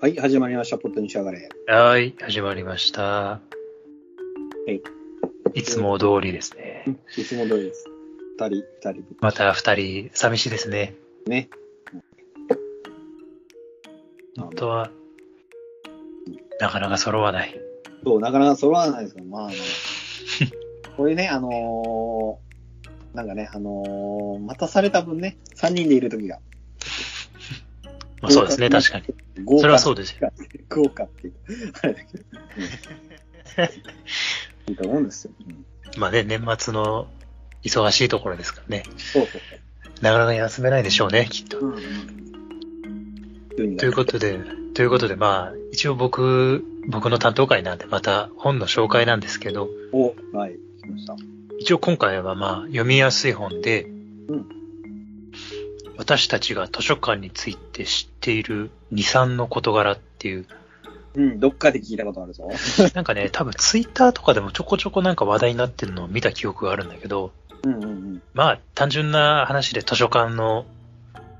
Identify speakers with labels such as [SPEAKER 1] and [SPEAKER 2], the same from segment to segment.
[SPEAKER 1] はい、始まりました。ポットに仕上がれ。
[SPEAKER 2] はい、始まりました。はい。いつも通りですね。
[SPEAKER 1] いつも通りです。二人、二人。
[SPEAKER 2] また二人、寂しいですね。
[SPEAKER 1] ね。
[SPEAKER 2] 本当は、なかなか揃わない。
[SPEAKER 1] そう、なかなか揃わないですけど、まあ、あの、これね、あのーなんかね、あのー待たされた分ね、三人でいるときが、
[SPEAKER 2] まあそうですね、
[SPEAKER 1] 豪華
[SPEAKER 2] 確かに。
[SPEAKER 1] 豪華。
[SPEAKER 2] それはそうですよ。
[SPEAKER 1] 豪華っていう。あれだけど。うんいいと思うんですよ。うん
[SPEAKER 2] まあね、年末の忙しいところですからね。
[SPEAKER 1] そうそう
[SPEAKER 2] なかなか休めないでしょうね、きっと。
[SPEAKER 1] そう。うん
[SPEAKER 2] ということで、ということで、まあ、一応僕、僕の担当会なんで、また本の紹介なんですけど、
[SPEAKER 1] を、はい、しました。
[SPEAKER 2] 一応今回はまあ、読みやすい本で、
[SPEAKER 1] ん
[SPEAKER 2] 私たちが図書館について知っている2、3の事柄っていう、
[SPEAKER 1] うん、どっかで聞いたことあるぞ。
[SPEAKER 2] なんかね、多分ツイッターとかでもちょこちょこなんか話題になってるのを見た記憶があるんだけど、
[SPEAKER 1] うんうんうん。
[SPEAKER 2] まあ、単純な話で図書館の、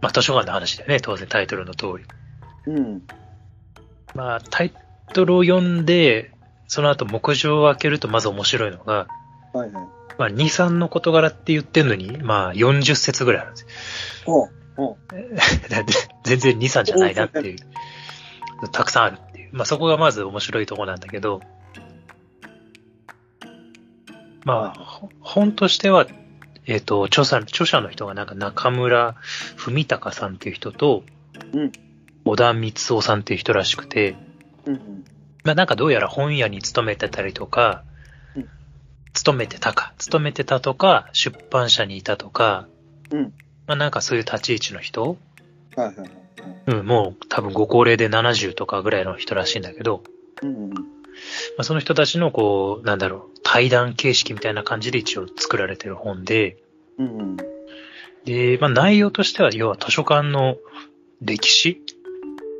[SPEAKER 2] まあ、図書館の話だよね、当然タイトルの通り。
[SPEAKER 1] うん。
[SPEAKER 2] まあ、タイトルを読んで、その後目次を開けるとまず面白いのが、
[SPEAKER 1] はいはい。
[SPEAKER 2] まあ、2、3の事柄って言ってんのに、まあ、40節ぐらいあるんですよ
[SPEAKER 1] おうおう
[SPEAKER 2] だって 全然2、3じゃないなっていう、 たくさんあるっていう。まあそこがまず面白いところなんだけど、まあ、ほ本としては、えっ、と、著者、著者の人がなんか中村文隆さんっていう人と、
[SPEAKER 1] うん
[SPEAKER 2] 小田光夫さんっていう人らしくて、
[SPEAKER 1] うんうん。
[SPEAKER 2] まあなんかどうやら本屋に勤めてたりとか、
[SPEAKER 1] うん
[SPEAKER 2] 勤めてたか、勤めてたとか、出版社にいたとか、
[SPEAKER 1] うん
[SPEAKER 2] まあなんかそういう立ち位置の人、
[SPEAKER 1] はいはいはい。
[SPEAKER 2] うん、もう多分ご高齢で70とかぐらいの人らしいんだけど、
[SPEAKER 1] うんうんうん。
[SPEAKER 2] まあ、その人たちのこう、なんだろう、対談形式みたいな感じで一応作られてる本で、
[SPEAKER 1] うんうん。
[SPEAKER 2] で、まあ内容としては要は図書館の歴史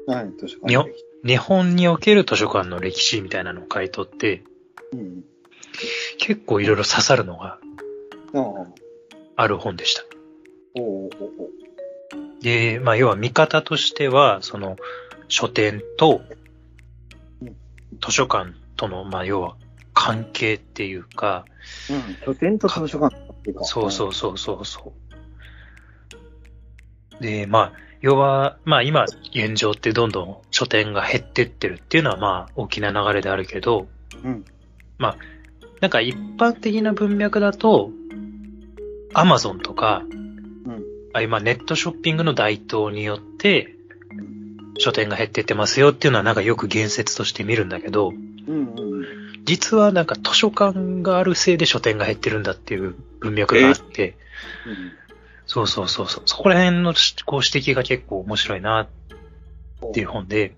[SPEAKER 1] はい、図書館。
[SPEAKER 2] にょ日本における図書館の歴史みたいなのを書いとって、
[SPEAKER 1] うんうん。
[SPEAKER 2] 結構いろいろ刺さるのが
[SPEAKER 1] ああ、おう
[SPEAKER 2] ある本でした。
[SPEAKER 1] おうおう
[SPEAKER 2] で、まあ要は見方としては、その書店と
[SPEAKER 1] うん
[SPEAKER 2] 図書館との、まあ要は関係っていうか、
[SPEAKER 1] うん。拠点と図書館っていか
[SPEAKER 2] そうそうそうそうそう。で、まあ、要は、まあ今、現状ってどんどん書店が減ってってるっていうのはまあ大きな流れであるけど、
[SPEAKER 1] うん
[SPEAKER 2] まあ、なんか一般的な文脈だと、アマゾンとか、
[SPEAKER 1] うん
[SPEAKER 2] あ今ネットショッピングの台頭によって、書店が減ってってますよっていうのはなんかよく言説として見るんだけど、
[SPEAKER 1] うんうんうん。
[SPEAKER 2] 実はなんか図書館があるせいで書店が減ってるんだっていう文脈があって、そうそうそうそう。そこら辺のしこう指摘が結構面白いな
[SPEAKER 1] うん。
[SPEAKER 2] っていう本で、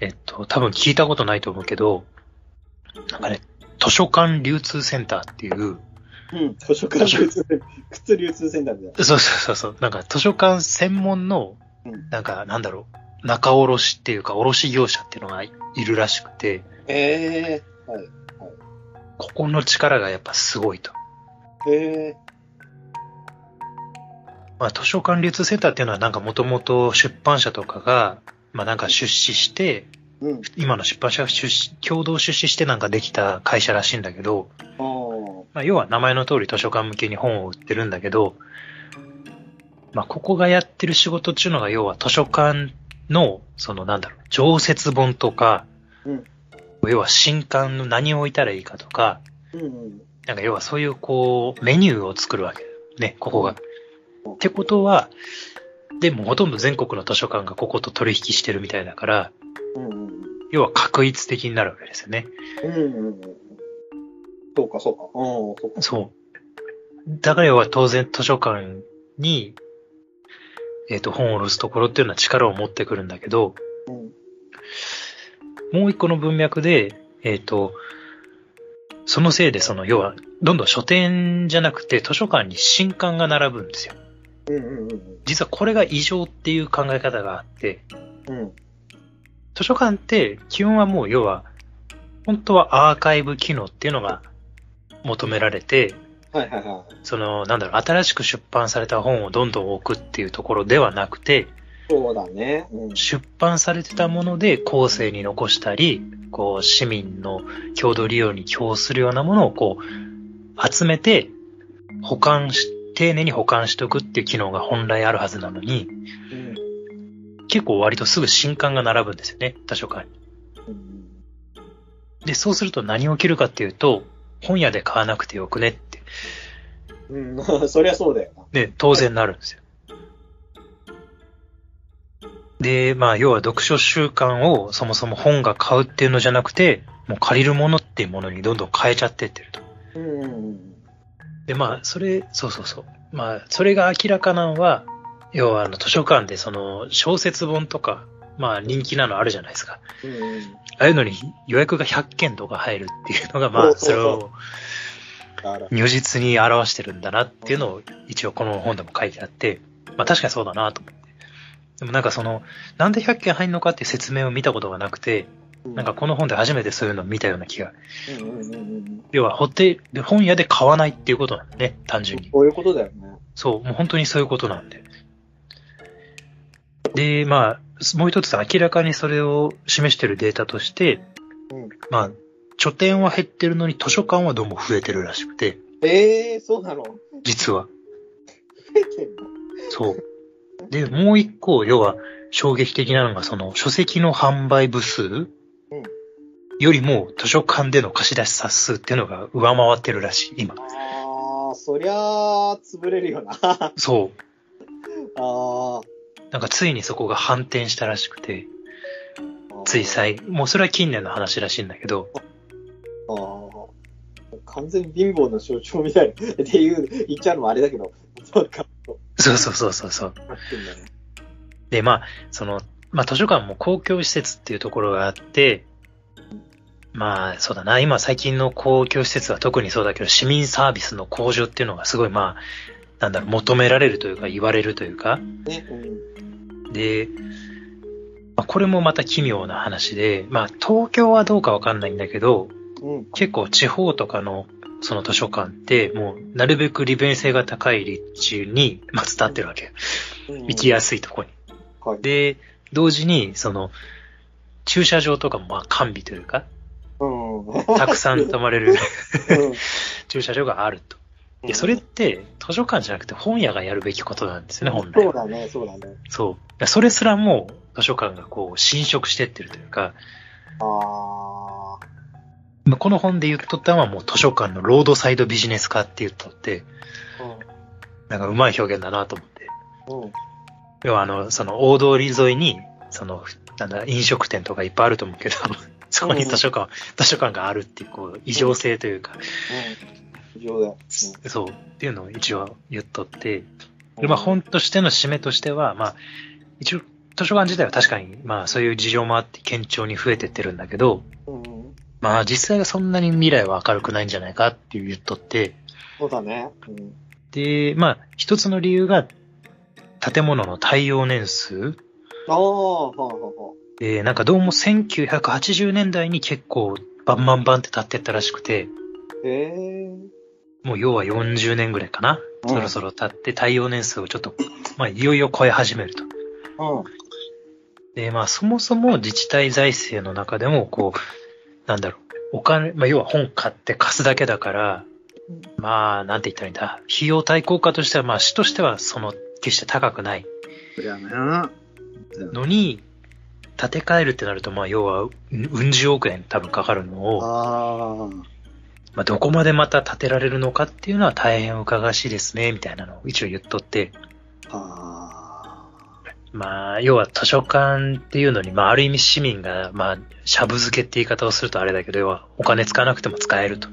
[SPEAKER 2] えっと、多分聞いたことないと思うけど、なんかね、図書館流通センターっていう、
[SPEAKER 1] うん、図書館流通、靴流通センターみたいな。
[SPEAKER 2] そうそうそうそう、なんか図書館専門の
[SPEAKER 1] うん、
[SPEAKER 2] なんかなんだろう、仲卸っていうか卸業者っていうのがいるらしくて、
[SPEAKER 1] ええはい。
[SPEAKER 2] ここの力がやっぱすごいと。
[SPEAKER 1] ええ
[SPEAKER 2] まあ、図書館流通センターっていうのはなんかもともと出版社とかが、まあなんか出資して、
[SPEAKER 1] うん。
[SPEAKER 2] 今の出版社が出資、共同出資してなんかできた会社らしいんだけど、
[SPEAKER 1] ああ。
[SPEAKER 2] まあ、要は名前の通り図書館向けに本を売ってるんだけど、まあ、ここがやってる仕事っていうのが、要は図書館の、そのなんだろう、常設本とか、
[SPEAKER 1] うん
[SPEAKER 2] 要は新刊の何を置いたらいいかとか、
[SPEAKER 1] うんうん。
[SPEAKER 2] なんか要はそういうこう、メニューを作るわけだよね、ここが。ってことは、でもほとんど全国の図書館がここと取引してるみたいだから、
[SPEAKER 1] うんうん。
[SPEAKER 2] 要は確一的になるわけですよね。
[SPEAKER 1] うんうんうん。そうか、そうか。うん、そうか。
[SPEAKER 2] そう。だから要は当然図書館に、えっ、と、本を下ろすところっていうのは力を持ってくるんだけど、
[SPEAKER 1] うん。
[SPEAKER 2] もう一個の文脈で、えっ、と、そのせいでその、要は、どんどん書店じゃなくて図書館に新刊が並ぶんですよ。
[SPEAKER 1] うんうんうん
[SPEAKER 2] 実はこれが異常っていう考え方があって、
[SPEAKER 1] うん。うん。
[SPEAKER 2] 図書館って基本はもう要は、本当はアーカイブ機能っていうのが求められて、
[SPEAKER 1] はいはいは
[SPEAKER 2] その、なんだろう、新しく出版された本をどんどん置くっていうところではなくて、
[SPEAKER 1] い。そうだね。うん。
[SPEAKER 2] 出版されてたもので後世に残したり、こう市民の共同利用に供するようなものをこう集めて保管し、丁寧に保管しておくっていう機能が本来あるはずなのに、結構割とすぐ新刊が並ぶんですよね、図書館に。
[SPEAKER 1] うん。
[SPEAKER 2] で、そうすると何起きるかっていうと、本屋で買わなくてよくねって、
[SPEAKER 1] うん。うん、 そりゃそうだよな。
[SPEAKER 2] ね、当然なるんですよ。で、まあ、要は読書習慣をそもそも本が買うっていうのじゃなくて、もう借りるものっていうものにどんどん変えちゃってってると。
[SPEAKER 1] うんうんうん。
[SPEAKER 2] で、まあ、それ、そうそうそう。まあ、それが明らかなのは、要はあの図書館でその小説本とか、まあ人気なのあるじゃないですか。
[SPEAKER 1] うんうん。
[SPEAKER 2] ああいうのに予約が100件とか入るっていうのが、ま
[SPEAKER 1] そ
[SPEAKER 2] あ、
[SPEAKER 1] うそう
[SPEAKER 2] それ
[SPEAKER 1] そう
[SPEAKER 2] を
[SPEAKER 1] あら。
[SPEAKER 2] 如実に表してるんだなっていうのを一応この本でも書いてあって、まあ確かにそうだなと思って。でもなんかその、なんで100件入るのかっていう説明を見たことがなくて、なんかこの本で初めてそういうのを見たような気が。
[SPEAKER 1] うんうんうんうん。
[SPEAKER 2] 要は、ホテル、本屋で買わないっていうことなんだね、単純に。
[SPEAKER 1] そういうことだよね。
[SPEAKER 2] そう、もう本当にそういうことなんで。で、まあ、もう一つ明らかにそれを示してるデータとして、
[SPEAKER 1] うん
[SPEAKER 2] まあ、書店は減ってるのに図書館はどうも増えてるらしくて、
[SPEAKER 1] ええー、そうなの増
[SPEAKER 2] 実は。
[SPEAKER 1] えてんの
[SPEAKER 2] そう。で、もう一個、要は、衝撃的なのが、その、書籍の販売部数よりも、図書館での貸し出し冊数っていうのが上回ってるらしい、今。
[SPEAKER 1] ああ、そりゃあ、潰れるよな。 あ
[SPEAKER 2] そ
[SPEAKER 1] あ、
[SPEAKER 2] う。なんか、ついにそこが反転したらしくて、つい最、もうそれは近年の話らしいんだけど、
[SPEAKER 1] あー完全に貧乏の象徴みたいな、っていう、言っちゃうのもあれだけど、そうか、
[SPEAKER 2] そうそうそうそうそう。
[SPEAKER 1] なってんだね。
[SPEAKER 2] で、まあ、その、まあ、図書館も公共施設っていうところがあって、まあ、そうだな、今最近の公共施設は特にそうだけど、市民サービスの向上っていうのがすごい、まあ、なんだろう、求められるというか、言われるというか、
[SPEAKER 1] ね、うん。
[SPEAKER 2] で、まあ、これもまた奇妙な話で、まあ、東京はどうかわかんないんだけど、
[SPEAKER 1] うん。
[SPEAKER 2] 結構地方とかの、その図書館って、もう、なるべく利便性が高い立地に、まあ、伝ってるわけ。行きやすいとこに。
[SPEAKER 1] はい。
[SPEAKER 2] で、同時に、その、駐車場とかもまあ完備というか、
[SPEAKER 1] うん。うん。
[SPEAKER 2] たくさん泊まれ る駐車場があると。で、それって図書館じゃなくて本屋がやるべきことなんですよね、本来
[SPEAKER 1] そう
[SPEAKER 2] は。
[SPEAKER 1] だね、そうだね。
[SPEAKER 2] そう。だからそれすらも図書館がこう侵食してってるというか、
[SPEAKER 1] ああ、
[SPEAKER 2] まあこの本で言っとったのはもう図書館のロードサイドビジネス化って言っとって、なんかうまい表現だなと思って。
[SPEAKER 1] うん。うん。
[SPEAKER 2] 要はあの、その大通り沿いに、その、なんだ、飲食店とかいっぱいあると思うけど、 そこに図書館、図書館があるっていう、こう、異常性というか、
[SPEAKER 1] 異常だよ。
[SPEAKER 2] そう、っていうのを一応言っとって、
[SPEAKER 1] う
[SPEAKER 2] でまあ本としての締めとしては、まあ、一応、図書館自体は確かに、まあそういう事情もあって堅調に増えてってるんだけど、
[SPEAKER 1] うん。
[SPEAKER 2] まあ実際はそんなに未来は明るくないんじゃないかっていう言っとって、
[SPEAKER 1] そうだね。うん。
[SPEAKER 2] で、まあ一つの理由が、建物の耐用年数
[SPEAKER 1] ああ、はいはいはい。
[SPEAKER 2] で、なんかどうも1980年代に結構バンバンバンって立ってったらしくて、
[SPEAKER 1] ええー。
[SPEAKER 2] もう要は40年ぐらいかな。そろそろ経って対応年数をちょっと、まあいよいよ超え始めると。
[SPEAKER 1] うん。
[SPEAKER 2] で、まあそもそも自治体財政の中でも、こう、なんだろう、お金、まあ要は本買って貸すだけだから
[SPEAKER 1] うん、
[SPEAKER 2] まあなんて言ったらいいんだ、費用対効果としては、まあ市としてはその、決して高くない
[SPEAKER 1] そりゃな。
[SPEAKER 2] のに、建て替えるってなると、まあ要は、うんうん十億円多分かかるのを、
[SPEAKER 1] ああ。
[SPEAKER 2] まあ、どこまでまた建てられるのかっていうのは大変伺わしいですね、みたいなのを一応言っとって、
[SPEAKER 1] あ
[SPEAKER 2] まあ、要は図書館っていうのに、まあ、ある意味市民が、まあ、しゃぶ漬けって言い方をするとあれだけど、要はお金使わなくても使えると
[SPEAKER 1] ー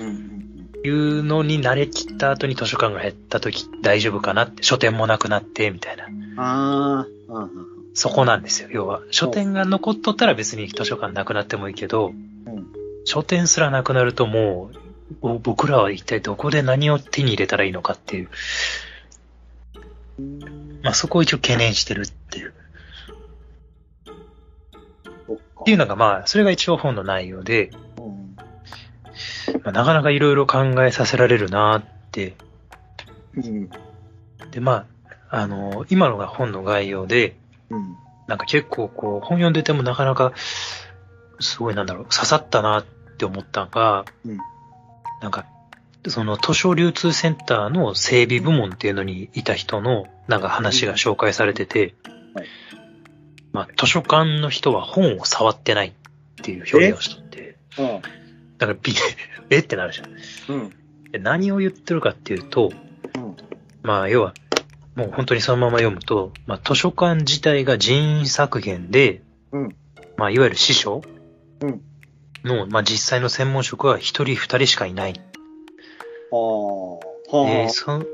[SPEAKER 1] うんうん
[SPEAKER 2] いうのに慣れきった後に図書館が減った時大丈夫かなって、書店もなくなって、みたいな。
[SPEAKER 1] うん。ああ。うんうん
[SPEAKER 2] そこなんですよ、要は。書店が残っとったら別に図書館なくなってもいいけど、
[SPEAKER 1] うん
[SPEAKER 2] 書店すらなくなるともう、お僕らは一体どこで何を手に入れたらいいのかっていう、まあ、そこを一応懸念してるっていう。
[SPEAKER 1] そっか。
[SPEAKER 2] っていうのがまあ、それが一応本の内容で、
[SPEAKER 1] うん
[SPEAKER 2] まあ、なかなかいろいろ考えさせられるなって。
[SPEAKER 1] うん。
[SPEAKER 2] でまあ、あの、今のが本の概要で、
[SPEAKER 1] うん。
[SPEAKER 2] なんか結構こう、本読んでてもなかなか、すごいなんだろう、刺さったなって思ったのが、
[SPEAKER 1] うん
[SPEAKER 2] なんか、その図書流通センターの整備部門っていうのにいた人のなんか話が紹介されてて、
[SPEAKER 1] はい
[SPEAKER 2] まあ、図書館の人は本を触ってないっていう表現をしとって、
[SPEAKER 1] ああ。
[SPEAKER 2] だからび、 えってなるじゃん。
[SPEAKER 1] うん。
[SPEAKER 2] で何を言ってるかっていうと、
[SPEAKER 1] うん。
[SPEAKER 2] まあ、要は、もう本当にそのまま読むと、まあ、図書館自体が人員削減で、
[SPEAKER 1] うん
[SPEAKER 2] まあ、いわゆる師匠
[SPEAKER 1] うん
[SPEAKER 2] の、まあ、実際の専門職は一人二人しかいない。
[SPEAKER 1] ああ。は
[SPEAKER 2] で、
[SPEAKER 1] あ。
[SPEAKER 2] そ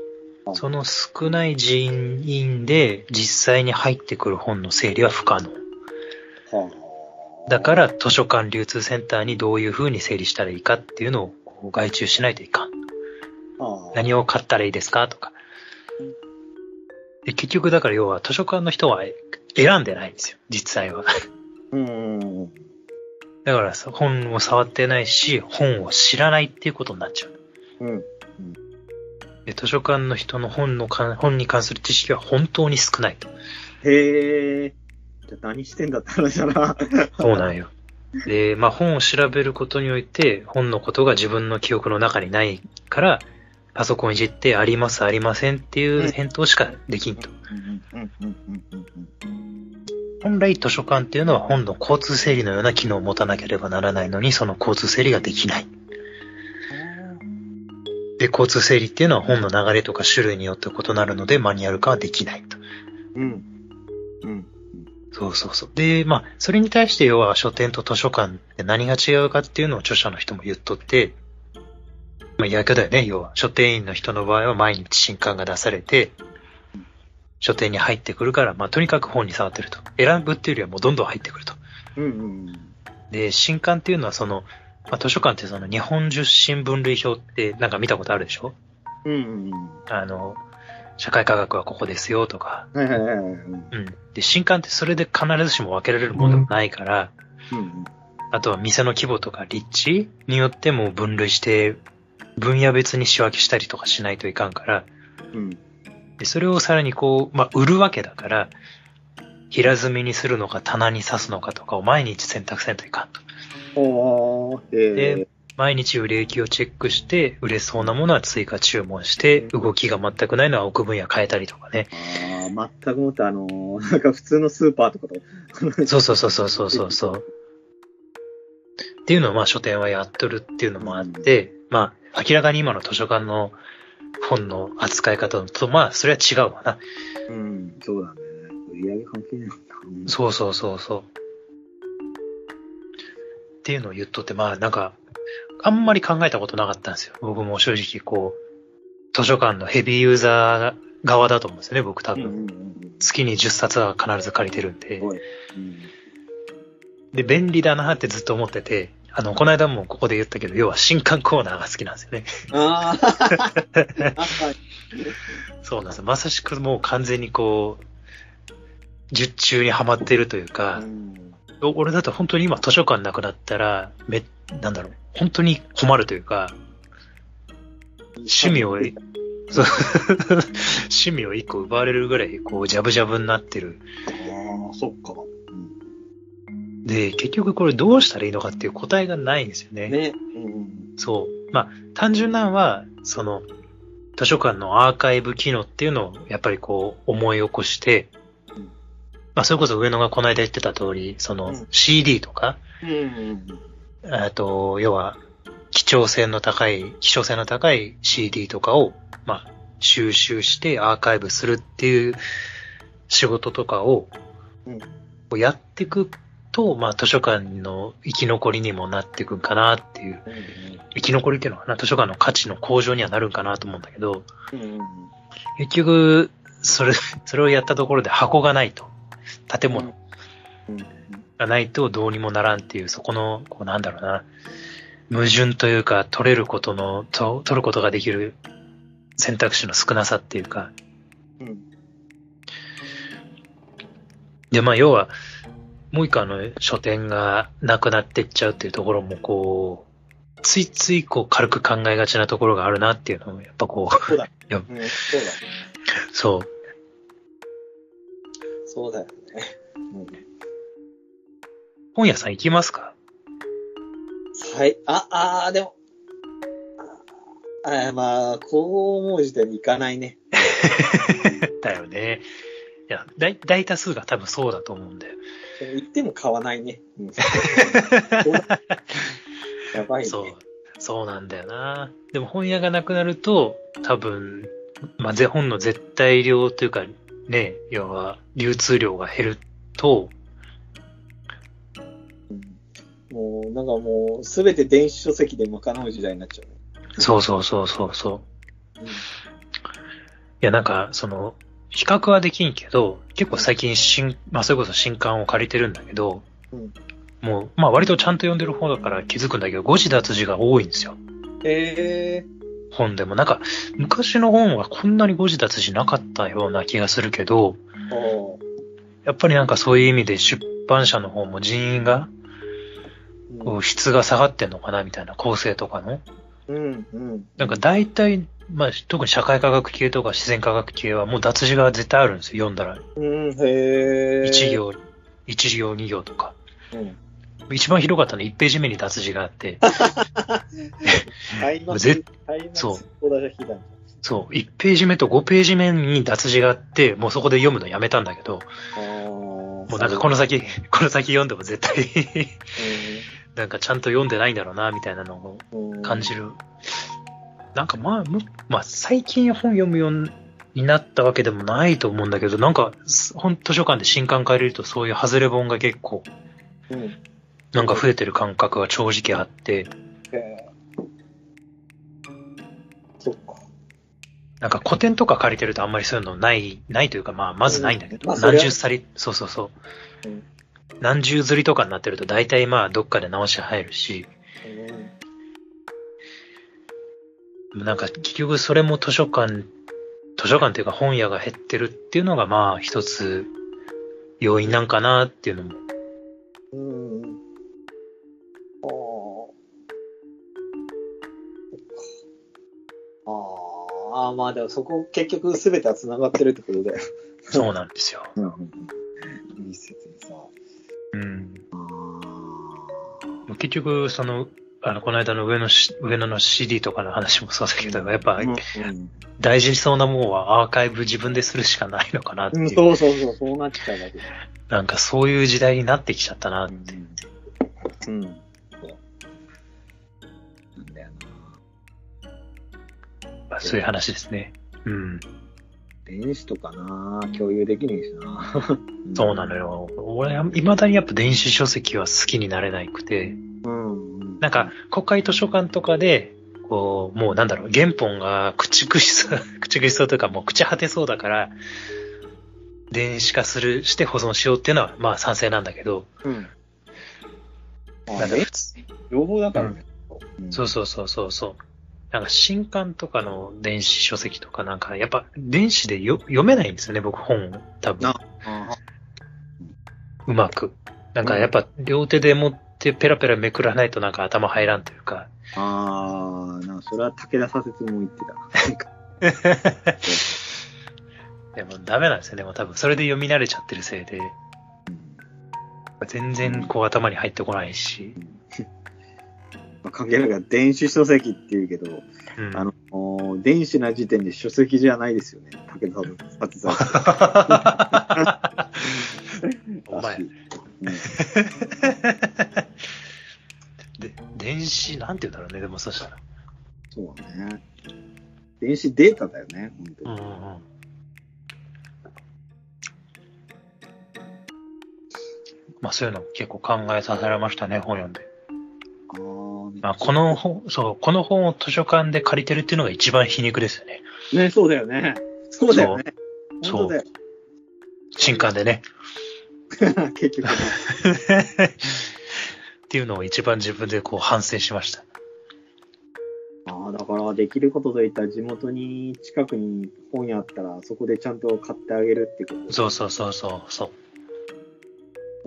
[SPEAKER 2] その少ない人員で実際に入ってくる本の整理は不可能。
[SPEAKER 1] はあ。
[SPEAKER 2] だか、ら図書館流通センターにどういう風に整理したらいいかっていうのをこう外注しないといかん。
[SPEAKER 1] ああ。
[SPEAKER 2] 何を買ったらいいですかとか
[SPEAKER 1] うん。
[SPEAKER 2] で結局だから要は図書館の人はえ選んでないんですよ、実際は。
[SPEAKER 1] うんうんうん。
[SPEAKER 2] だからさ本を触ってないし、本を知らないっていうことになっちゃう。
[SPEAKER 1] うん。
[SPEAKER 2] で図書館の人の本のか本に関する知識は本当に少ないと。
[SPEAKER 1] へえ。じゃあ何してんだって話だな。
[SPEAKER 2] そうなんよ。で、まあ本を調べることにおいて、本のことが自分の記憶の中にないから、パソコンいじってあります、ありませんっていう返答しかできんと。
[SPEAKER 1] うんうんうんうんうんうん
[SPEAKER 2] 本来図書館っていうのは本の交通整理のような機能を持たなければならないのに、その交通整理ができない。で、交通整理っていうのは本の流れとか種類によって異なるので、マニュアル化はできないと。
[SPEAKER 1] うん。うん。
[SPEAKER 2] そうそうそう。で、まあ、それに対して要は書店と図書館って何が違うかっていうのを著者の人も言っとって、まあ、やだよね、要は。書店員の人の場合は毎日新刊が出されて、書店に入ってくるから、まあ、とにかく本に触ってると。選ぶっていうよりはもうどんどん入ってくると。
[SPEAKER 1] うんうん
[SPEAKER 2] で、新刊っていうのはその、まあ、図書館ってその日本十新分類表ってなんか見たことあるでしょ
[SPEAKER 1] うん。うんうんうん。
[SPEAKER 2] あの、社会科学はここですよとか。
[SPEAKER 1] はいはいはいはい。うん
[SPEAKER 2] うん。で、新刊ってそれで必ずしも分けられるものでもないから、
[SPEAKER 1] うん
[SPEAKER 2] あとは店の規模とか立地によっても分類して、分野別に仕分けしたりとかしないといかんから、
[SPEAKER 1] うん。
[SPEAKER 2] でそれをさらにこう、まあ、売るわけだから、平積みにするのか棚に刺すのかとかを毎日選択せんといかんと。
[SPEAKER 1] おー、へえ
[SPEAKER 2] で。毎日売れ行きをチェックして、売れそうなものは追加注文して、動きが全くないのは奥分野変えたりとかね。
[SPEAKER 1] ああ、全くもって、あのー、なんか普通のスーパーとかと。
[SPEAKER 2] そうそうそうそうそうそうそう。っていうのをまあ書店はやっとるっていうのもあって、まあ明らかに今の図書館の本の扱い方とまあそれは違うわな。
[SPEAKER 1] うん、そうだね。売り上げ関係ないもんな。
[SPEAKER 2] そうそうそうそう。っていうのを言っとってまあなんかあんまり考えたことなかったんですよ。僕も正直こう図書館のヘビーユーザー側だと思うんですよね、僕多
[SPEAKER 1] うん
[SPEAKER 2] 分。
[SPEAKER 1] うんうん。
[SPEAKER 2] 月に10冊は必ず借りてるんで。
[SPEAKER 1] すごい。うん
[SPEAKER 2] で、便利だなってずっと思ってて、あの、この間もここで言ったけど、要は新刊コーナーが好きなんですよね。
[SPEAKER 1] ああ、
[SPEAKER 2] そうなんですよ。まさしくもう完全にこう、術中にはまってるという
[SPEAKER 1] う、
[SPEAKER 2] か
[SPEAKER 1] ん
[SPEAKER 2] 俺だと本当に今図書館なくなったら、め、なんだろう、本当に困るというか、趣味を、そう 趣味を一個奪われるぐらい、こう、ジャブジャブになってる。
[SPEAKER 1] ああ、そっか。
[SPEAKER 2] で、結局これどうしたらいいのかっていう答えがないんですよ
[SPEAKER 1] ね。うん
[SPEAKER 2] そう。まあ、単純なのは、その、図書館のアーカイブ機能っていうのを、やっぱりこう、思い起こして
[SPEAKER 1] うん、
[SPEAKER 2] まあ、それこそ上野がこの間言ってた通り、そうの
[SPEAKER 1] ん、
[SPEAKER 2] CD とか、
[SPEAKER 1] うんうん。
[SPEAKER 2] あと、要は、貴重性の高い、希少性の高い CD とかを、まあ、収集してアーカイブするっていう仕事とかを
[SPEAKER 1] うん、
[SPEAKER 2] こうやっていくと、まあ、図書館の生き残りにもなっていくんかなっていう生き残りっていうのはな、図書館の価値の向上にはなるんかなと思うんだけど、
[SPEAKER 1] うんうん
[SPEAKER 2] 結局、それ、それをやったところで箱がないと。建物
[SPEAKER 1] うん
[SPEAKER 2] がないとどうにもならんっていう、そこの、こうなんだろうな、矛盾というか、取れることの、と取ることができる選択肢の少なさっていうか、
[SPEAKER 1] うん
[SPEAKER 2] で、まあ、要は、もう一個あの、書店がなくなってっちゃうっていうところも、こう、ついついこう軽く考えがちなところがあるなっていうの も、やっぱこう、
[SPEAKER 1] そうだ。うんそうだ。
[SPEAKER 2] そう。
[SPEAKER 1] そうだよね。うん
[SPEAKER 2] 本屋さん行きますか
[SPEAKER 1] はい。あ、あーでも。あー、まあ、こう思う時点にいかないね。
[SPEAKER 2] だよね。いや、大、大多数が多分そうだと思うんだよ。
[SPEAKER 1] でも行っても買わないね。うん やばいね。
[SPEAKER 2] そう。そうなんだよな。でも本屋がなくなると、多分、まあ、ぜ本の絶対量というか、ね、要は流通量が減ると、
[SPEAKER 1] うんもう、なんかもう、すべて電子書籍で賄う時代になっちゃ
[SPEAKER 2] そうそうそうそうそう。
[SPEAKER 1] うね。
[SPEAKER 2] いや、なんか、その、比較はできんけど、結構最近新、まあ、それこそ新刊を借りてるんだけど、
[SPEAKER 1] うん
[SPEAKER 2] もう、まあ、割とちゃんと読んでる方だから気づくんだけど、誤字脱字が多いんですよ。
[SPEAKER 1] うん、え
[SPEAKER 2] 本でも。なんか、昔の本はこんなに誤字脱字なかったような気がするけど、
[SPEAKER 1] ー、おー
[SPEAKER 2] やっぱりなんかそういう意味で出版社の方も人員が、
[SPEAKER 1] う
[SPEAKER 2] こ
[SPEAKER 1] ん
[SPEAKER 2] う、質が下がってんのかなみたいな構成とかの。
[SPEAKER 1] うん、うん。
[SPEAKER 2] なんか大体、まあ、特に社会科学系とか自然科学系はもう脱字が絶対あるんですよ。読んだら
[SPEAKER 1] うん、へえ。
[SPEAKER 2] 一。行、一行二行とか。
[SPEAKER 1] うん。
[SPEAKER 2] 一番ひどかったのは1ページ目に脱字があって、
[SPEAKER 1] 開幕、
[SPEAKER 2] ぜ
[SPEAKER 1] 開幕、
[SPEAKER 2] そう
[SPEAKER 1] 小田社批判。
[SPEAKER 2] そう、1ページ目と5ページ目に脱字があって、もうそこで読むのやめたんだけど、
[SPEAKER 1] あも
[SPEAKER 2] もうなんかこの先、この先読んでも絶対、
[SPEAKER 1] の
[SPEAKER 2] なんかちゃんと読んでないんだろうな、みたいなのを感じる。なんかまあ、むまあ最近本読むようになったわけでもないと思うんだけど、なんか、す本図書館で新刊借りるとそういう外れ本が結構、
[SPEAKER 1] うん。うん
[SPEAKER 2] なんか増えてる感覚が正直あって、
[SPEAKER 1] へーそっか。
[SPEAKER 2] なんか古典とか借りてるとあんまりそういうのない、ないというか、まあ、まずないんだけ
[SPEAKER 1] うん
[SPEAKER 2] ど、
[SPEAKER 1] まあそれは
[SPEAKER 2] 何十さり、そうそうそう。
[SPEAKER 1] うん
[SPEAKER 2] 何十釣りとかになってると大体まあ、どっかで直し入るし、
[SPEAKER 1] うん
[SPEAKER 2] なんか結局それも図書館、図書館というか本屋が減ってるっていうのがまあ、一つ要因なんかなっていうのも。
[SPEAKER 1] うん。うんあーそっかあー。あーまあでもそこ結局全ては繋がってるってことだよ。
[SPEAKER 2] そうなんですよ。
[SPEAKER 1] うんうんうん。密接にさ。
[SPEAKER 2] うん。
[SPEAKER 1] あー
[SPEAKER 2] 結局、その、あの、この間の上野し、上野の CD とかの話もそうだけど、やっぱ
[SPEAKER 1] うん
[SPEAKER 2] 大事そうなもんはアーカイブ自分でするしかないのかなって
[SPEAKER 1] うん、
[SPEAKER 2] いう。
[SPEAKER 1] そうそうそう、そうなっちゃうだけだ。
[SPEAKER 2] なんかそういう時代になってきちゃったな。
[SPEAKER 1] うん。なんだよな。
[SPEAKER 2] そういう話ですね。うん。
[SPEAKER 1] 電子とかな、共有できねえしな。
[SPEAKER 2] そうなのよ。俺は未だにやっぱ電子書籍は好きになれなくて、
[SPEAKER 1] うん。うん。
[SPEAKER 2] なんか国会図書館とかで、こう、もうなんだろう、原本が 駆逐しそう、駆逐しそうというかもう朽ち果てそうだから、電子化する、して保存しようっていうのは、まあ賛成なんだけど、
[SPEAKER 1] うん。
[SPEAKER 2] な
[SPEAKER 1] あ、
[SPEAKER 2] んか
[SPEAKER 1] ね
[SPEAKER 2] 普、通
[SPEAKER 1] 両方だからね。うん
[SPEAKER 2] そうそうそうそうそう。なんか新刊とかの電子書籍とかなんか、やっぱ電子でよ読めないんですよね、僕本を。多分。
[SPEAKER 1] あ
[SPEAKER 2] うまく。なんかやっぱ両手で持ってペラペラめくらないとなんか頭入らんというか。
[SPEAKER 1] あー、なんかそれは武田左折も言って
[SPEAKER 2] でもダメなんですよね。もう多分それで読み慣れちゃってるせいで。全然こう頭に入ってこないし。
[SPEAKER 1] た。まあ、関係ないから電子書籍って言うけど、
[SPEAKER 2] うん、
[SPEAKER 1] あの、おー電子な時点で書籍じゃないですよね。武田左折は。
[SPEAKER 2] お前
[SPEAKER 1] うん。
[SPEAKER 2] で、電子、なんて言うんだろうね、でもそしたら。
[SPEAKER 1] そうね。電子データだよね、本当
[SPEAKER 2] うん
[SPEAKER 1] に。
[SPEAKER 2] うんうん。まあそういうの結構考えさせられましたね、本読んで。
[SPEAKER 1] あー
[SPEAKER 2] まあこの本、そう、この本を図書館で借りてるっていうのが一番皮肉ですよね。
[SPEAKER 1] ね、そうだよね。そうだよね。
[SPEAKER 2] そ
[SPEAKER 1] 本
[SPEAKER 2] う
[SPEAKER 1] 当だよ。
[SPEAKER 2] 新刊でね。
[SPEAKER 1] 結局ね。
[SPEAKER 2] っていうのを一番自分でこう反省しました。
[SPEAKER 1] ああ、だからできることといったら地元に近くに本屋あったら、そこでちゃんと買ってあげるってこと。
[SPEAKER 2] そうそうそうそうそう。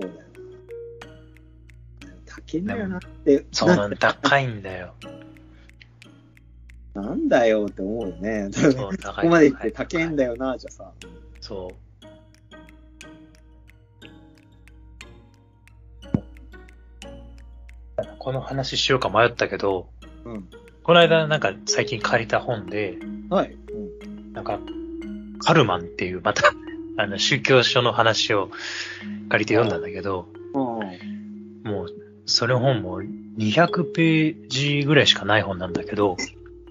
[SPEAKER 1] そうだよな。高いんだよなって、
[SPEAKER 2] そうなんだ。高いんだよ。
[SPEAKER 1] なんだよって思うよ ね。
[SPEAKER 2] そう、高い。
[SPEAKER 1] ここまで行って高いんだよな、じゃさ。
[SPEAKER 2] そう。この話しようか迷ったけど、
[SPEAKER 1] うん。
[SPEAKER 2] この間なんか最近借りた本で、
[SPEAKER 1] はい。うん。
[SPEAKER 2] なんか、カルマンっていう、また、あの、宗教書の話を借りて読んだんだけど、
[SPEAKER 1] うん。
[SPEAKER 2] もう、それ本も200ページぐらいしかない本なんだけど、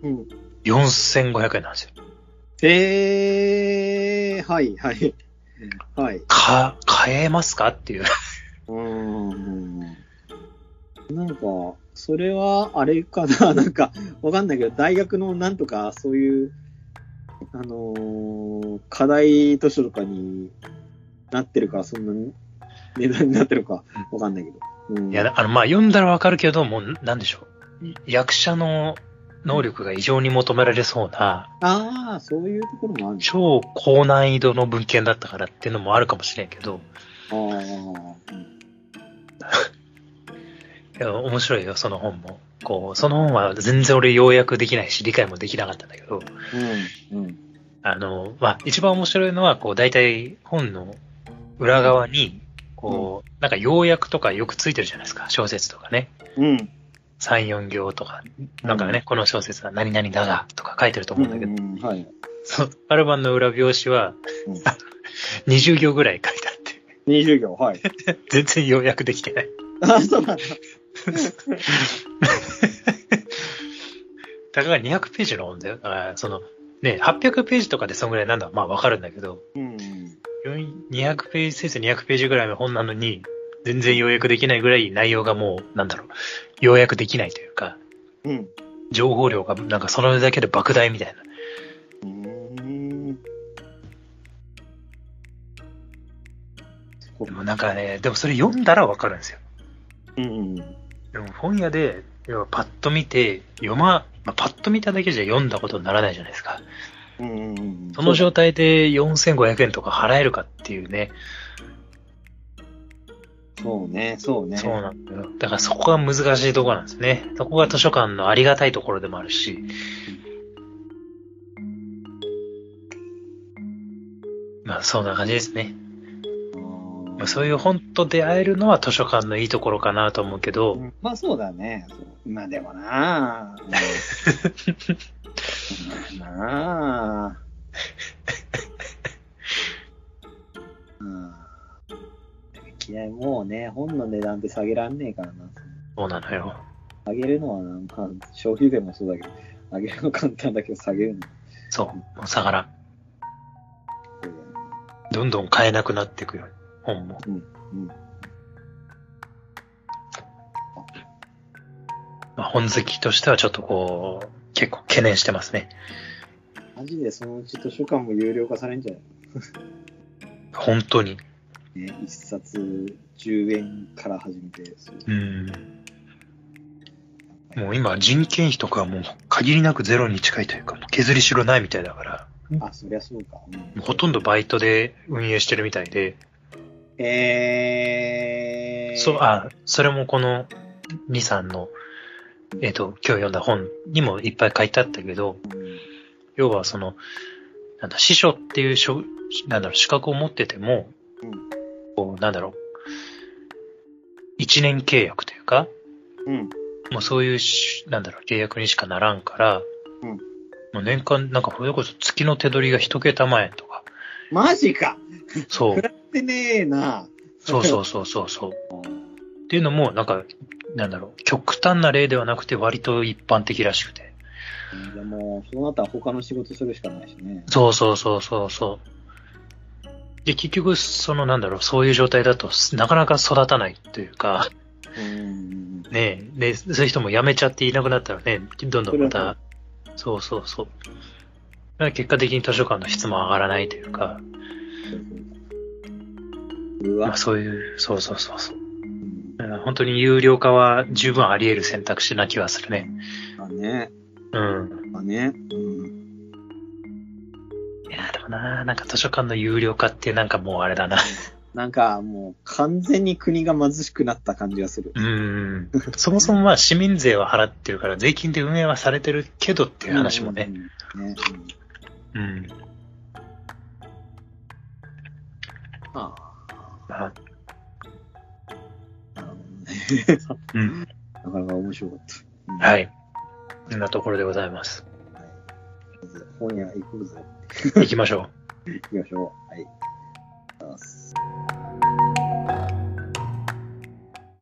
[SPEAKER 1] うん。
[SPEAKER 2] 4500円なんですよ。
[SPEAKER 1] えー、はい、はい。はい。
[SPEAKER 2] か、買えますかっていう。
[SPEAKER 1] うーん。なんか、それは、あれかな、なんか、わかんないけど、大学のなんとか、そういう、あのー課題図書とかになってるから、そんなに値段になってるか、わかんないけど。うん、
[SPEAKER 2] いや、あの、まあ、読んだらわかるけど、もう、なんでしょう。役者の能力が異常に求められそうな、
[SPEAKER 1] ああ、そういうところもあるんだ。
[SPEAKER 2] 超高難易度の文献だったからっていうのもあるかもしれんけど、
[SPEAKER 1] あー
[SPEAKER 2] いや面白いよ、その本も。こう、その本は全然俺要約できないし、理解もできなかったんだけど、
[SPEAKER 1] うん、うん。
[SPEAKER 2] あの、まあ、一番面白いのは、こう、大体本の裏側に、こう、なんか要約とかよくついてるじゃないですか、小説とかね。
[SPEAKER 1] うん。
[SPEAKER 2] 3、4行とか、なんかね、この小説は何々だがとか書いてると思うんだけど、
[SPEAKER 1] うんはい。
[SPEAKER 2] そのアルバンの裏表紙は
[SPEAKER 1] うん、
[SPEAKER 2] 20行ぐらい書いてあって、
[SPEAKER 1] 20行、はい。
[SPEAKER 2] 全然要約できてない。
[SPEAKER 1] ああ、そうなんだ。
[SPEAKER 2] たかが200ページの本だよ。だからその、ね、800ページとかでそんぐらいなんだ、まあわかるんだけど、
[SPEAKER 1] うん。
[SPEAKER 2] 4 200ページ、先生200ページぐらいの本なのに、全然要約できないぐらい内容がもう、なんだろう、要約できないというか、
[SPEAKER 1] うん。
[SPEAKER 2] 情報量がなんかそれだけで莫大みたいな。
[SPEAKER 1] うーん。
[SPEAKER 2] でもなんかね、でもそれ読んだらわかるんですよ。
[SPEAKER 1] うん。
[SPEAKER 2] でも本屋で、要はパッと見て、読ま、まあ、パッと見ただけじゃ読んだことにならないじゃないですか。
[SPEAKER 1] うん。
[SPEAKER 2] その状態で4500円とか払えるかっていうね。
[SPEAKER 1] そうね、そうね。
[SPEAKER 2] そうなんだよ。だからそこが難しいところなんですね。そこが図書館のありがたいところでもあるし。まあそんな感じですね。まあ、そういう本と出会えるのは図書館のいいところかなと思うけど、
[SPEAKER 1] うんまあそうだね。そうまあでも なあ。うんまあなあ。うんいや、もうね、本の値段って下げらんねえからな。
[SPEAKER 2] そうなのよ。
[SPEAKER 1] 上げるのはなんか、消費税もそうだけど、上げるの簡単だけど下げるの。
[SPEAKER 2] そう。もう下がらん。どんどん買えなくなっていくよ。本も。
[SPEAKER 1] うんうん
[SPEAKER 2] まあ、本好きとしてはちょっとこう、結構懸念してますね。
[SPEAKER 1] マジでそのうち図書館も有料化されんじゃない
[SPEAKER 2] 本当に。
[SPEAKER 1] ね、一冊10円から始めて、そう
[SPEAKER 2] うん。もう今、人件費とかもう限りなくゼロに近いというか、もう削りしろないみたいだから、
[SPEAKER 1] あ、そりゃそうか。うん
[SPEAKER 2] もうほとんどバイトで運営してるみたいで、
[SPEAKER 1] えー、
[SPEAKER 2] そう、あ、それもこの2、3の、えっ、と、今日読んだ本にもいっぱい書いてあったけど、
[SPEAKER 1] うん、
[SPEAKER 2] 要はその、なんだ、司書っていうしょ、なんだろう、資格を持ってても、
[SPEAKER 1] うん
[SPEAKER 2] こう、なんだろう、一年契約というか、
[SPEAKER 1] うん、
[SPEAKER 2] もうそういうし、なんだろう、契約にしかならんから、
[SPEAKER 1] うん
[SPEAKER 2] もう年間、なんかそれこそ月の手取りが一桁万円とか、
[SPEAKER 1] マジか
[SPEAKER 2] そ
[SPEAKER 1] 比、
[SPEAKER 2] う
[SPEAKER 1] ってねえな。
[SPEAKER 2] そうそうそうそうそう。っていうのも、なんか、なんだろう、極端な例ではなくて割と一般的らしくて。
[SPEAKER 1] うん。でも、そうなったら他の仕事するしかないしね。
[SPEAKER 2] そうそうそうそうそう。で、結局、そのなんだろう、そういう状態だと、なかなか育たないというか、
[SPEAKER 1] うん。
[SPEAKER 2] ねえ、で、そういう人も辞めちゃっていなくなったらね、どんどんまた、そうそうそう。だから結果的に図書館の質も上がらないというか、
[SPEAKER 1] う
[SPEAKER 2] まあ
[SPEAKER 1] わ、
[SPEAKER 2] そういう、そうそうそうそう。
[SPEAKER 1] うん
[SPEAKER 2] だから本当に有料化は十分あり得る選択肢な気はするね。
[SPEAKER 1] だね。
[SPEAKER 2] うん。
[SPEAKER 1] だね。うん。
[SPEAKER 2] いや、でもな、なんか図書館の有料化ってなんかもうあれだな。
[SPEAKER 1] なんか、もう、完全に国が貧しくなった感じがする。
[SPEAKER 2] うん。そもそもまあ市民税は払ってるから、税金で運営はされてるけどっていう話もね。
[SPEAKER 1] うん。ね。うん
[SPEAKER 2] うん。
[SPEAKER 1] あ
[SPEAKER 2] まあ
[SPEAKER 1] あ、なるほどね。
[SPEAKER 2] うん。
[SPEAKER 1] なかなか面白かった。うん
[SPEAKER 2] はい。こんなところでございます。
[SPEAKER 1] 本屋行こうぜ。
[SPEAKER 2] 行きましょう。
[SPEAKER 1] 行きましょう。はい。ありがとうございます